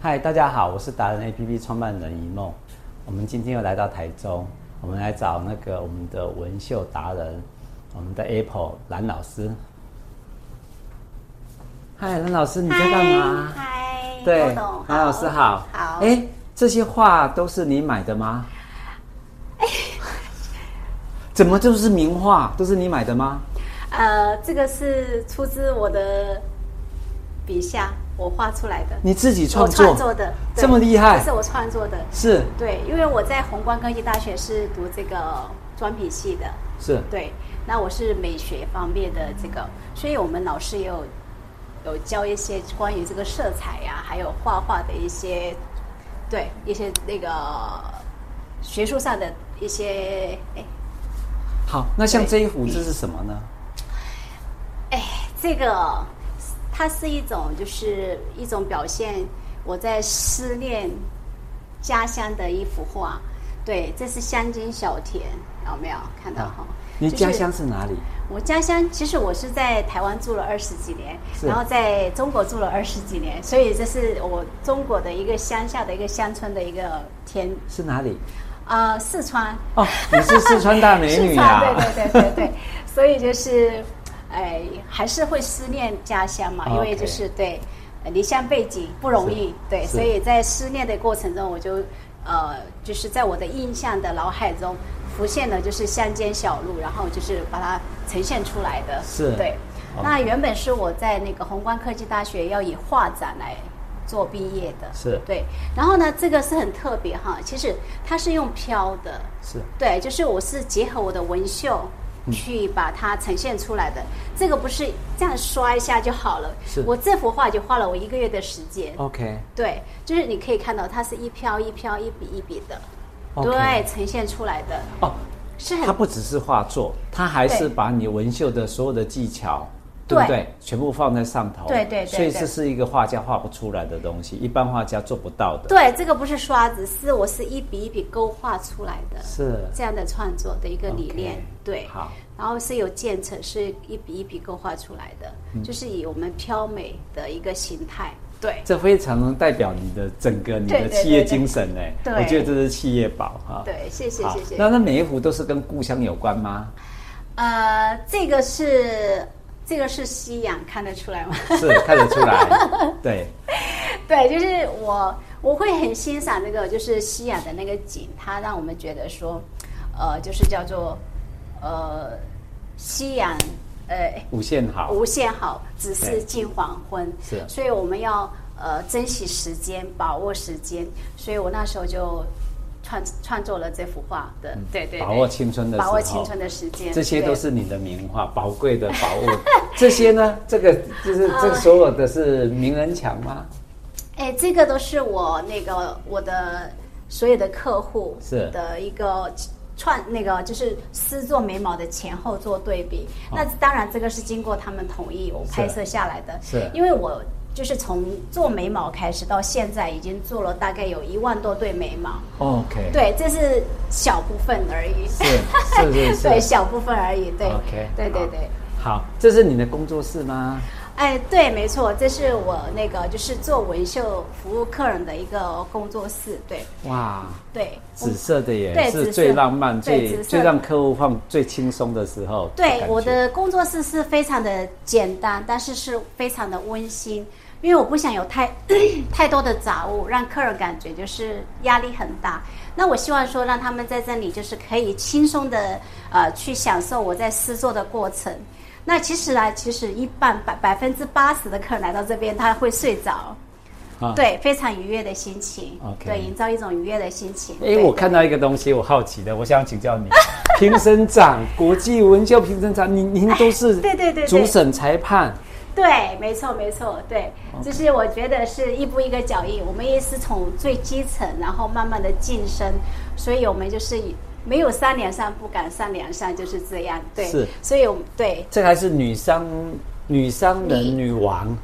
嗨，大家好，我是达人 APP 创办人一梦。我们今天又来到台中，我们来找那个我们的纹绣达人，我们的 Apple 蓝老师。嗨，蓝老师，你在干嘛？嗨，嗨对郭董，，蓝老师好。好，哎、哎，这些画都是你买的吗？哎怎么都是名画，都是你买的吗？呃，这个是出自我的笔下，我画出来的，你自己我创作？创作的，对这么厉害这是我创作的，是对，因为我在宏观科技大学是读这个专笔系的，是，对，那我是美学方面的这个，所以我们老师也有有教一些关于这个色彩呀、还有画画的一些，对一些那个学术上的一些哎。好，那像对这一幅这是什么呢？哎，这个它是一种，就是一种表现我在思念家乡的一幅画。对，这是乡间小田，有没有看到哈？啊你啊就是家乡是哪里？我家乡其实我是在台湾住了二十几年，是然后在中国住了二十几年，所以这是我中国的一个乡下的一个乡村的一个田，是哪里？呃，四川。哦，你是四川大美女啊呀、 是吧对对对对对，所以就是，哎，还是会思念家乡嘛，因为 OK 就是对呃离乡背景不容易是，对，是所以在思念的过程中，我就呃，就是在我的印象的脑海中浮现了就是乡间小路，然后就是把它呈现出来的，哦是对。 OK 那原本是我在那个宏观科技大学要以画展来做毕业的，是对。然后呢，这个是很特别哈，其实它是用飘的，是对，就是我是结合我的纹绣嗯去把它呈现出来的。这个不是这样刷一下就好了是，哦我这幅画就花了我一个月的时间。 OK 对，就是你可以看到它是一飘一飘、一笔一笔的 OK 对，呈现出来的哦，是它很不只是画作，它还是对把你纹绣的所有的技巧，对不对对？全部放在上头，对对对所以对这是一个画家画不出来的东西，一般画家做不到的。对，这个不是刷子，是我是一笔一笔勾画出来的，是这样的创作的一个理念 OK，对。好，然后是有建成，是一笔一笔勾画出来的，嗯就是以我们飘美的一个形态，对。这非常能代表你的整个你对的对对企业对精神呢。对我觉得这是企业宝哈。对，谢谢好谢谢。那那每一幅都是跟故乡有关吗？呃，这个是这个是夕阳，看得出来吗？ 是看得出来，对，对，就是我我会很欣赏那个就是夕阳的那个景，它让我们觉得说，呃，就是叫做呃夕阳呃五线好，无限好，只对是近黄昏。是所以我们要呃珍惜时间，把握时间。所以我那时候就创创作了这幅画的，对对对，嗯把握青春的时把握候青春的时间，这些都对是你的名画，宝贵的宝物。这些呢，这个就是啊这个所有的是名人墙吗？哎，这个都是我那个我的所有的客户是的一个串那个就是私做眉毛的前后做对比。哦那当然这个是经过他们同意我是拍摄下来的，是因为我就是从做眉毛开始到现在已经做了大概有一万多对眉毛。 OK，，对，这是小部分而已。 是是是是，对，小部分而已。对 OK，对对好对。好，这是你的工作室吗？哎，对，没错，这是我那个就是做纹绣服务客人的一个工作室，对哇，对，我紫色的耶，对紫是色最浪漫、对最紫色最让客户放最轻松的时候。对感觉我的工作室是非常的简单，但是是非常的温馨，因为我不想有太 太多的杂物，让客人感觉就是压力很大。那我希望说让他们在这里就是可以轻松的呃去享受我在试做的过程。那其实呢，其实一半百百分之八十的客人来到这边，他会睡着，啊，对，非常愉悦的心情 OK 对，营造一种愉悦的心情。哎、对我看到一个东西，我好奇的，我想请教你，评审长，国际文教评审长，您您都是 对对对对主审裁判，对，没错，没错，对，就是我觉得是一步一个脚印，我们也是从最基层，然后慢慢的晋升，所以我们就是没有三两上不敢上梁上，就是这样，对，是所以我们对这还是女商女商人女女 王，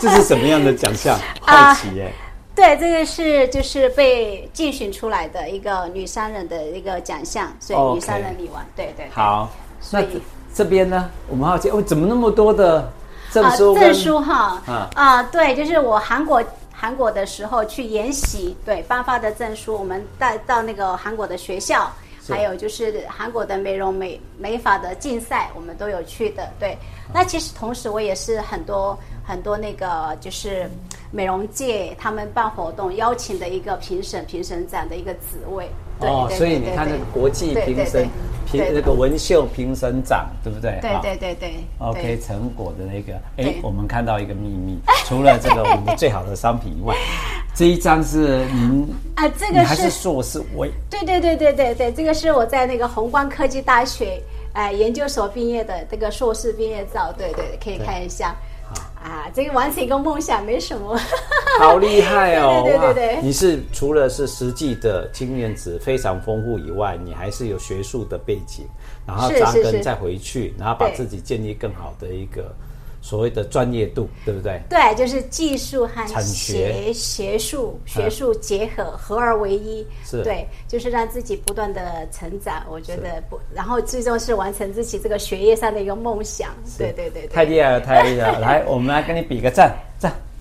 这是什么样的奖项？好奇耶、对，这个是就是被竞选出来的一个女商人的一个奖项，所以 OK 女商人女王，对对，对，好，啊所那以这这边呢？我们好奇，哦，怎么那么多的证啊书、证，书哈，啊啊、对，就是我韩国。韩国的时候去研习，对颁发的证书，我们带到那个韩国的学校，是还有就是韩国的美容美美发的竞赛，我们都有去的。对，那其实同时我也是很多很多那个就是美容界他们办活动邀请的一个评审评审长的一个职位。对哦，对所以对你看那对个国际对评对审对评对那个文秀评审长，对不对？对好对对对 OK，对成果的那个，哎对，我们看到一个秘密，除了这个我们的最好的商品以 外，这一张是您，啊，这你个还是是硕士，我对对对对对对，这个是我在那个宏观科技大学呃研究所毕业的这个硕士毕业照，对对，对可以对看一下。啊，这个完成一个梦想没什么。 好厉害哦！对对对哇对对你是除了是实际的经验值非常丰富以外，你还是有学术的背景，然后是扎是根是再回去，然后把对自己建立更好的一个所谓的专业度，对不对？对，就是技术和产学嗯学学术学术结合，合而为一。是对，就是让自己不断的成长。我觉得不，然后最终是完成自己这个学业上的一个梦想。对对对对，太厉害了，太厉害了！来，我们来跟你比个赞，赞，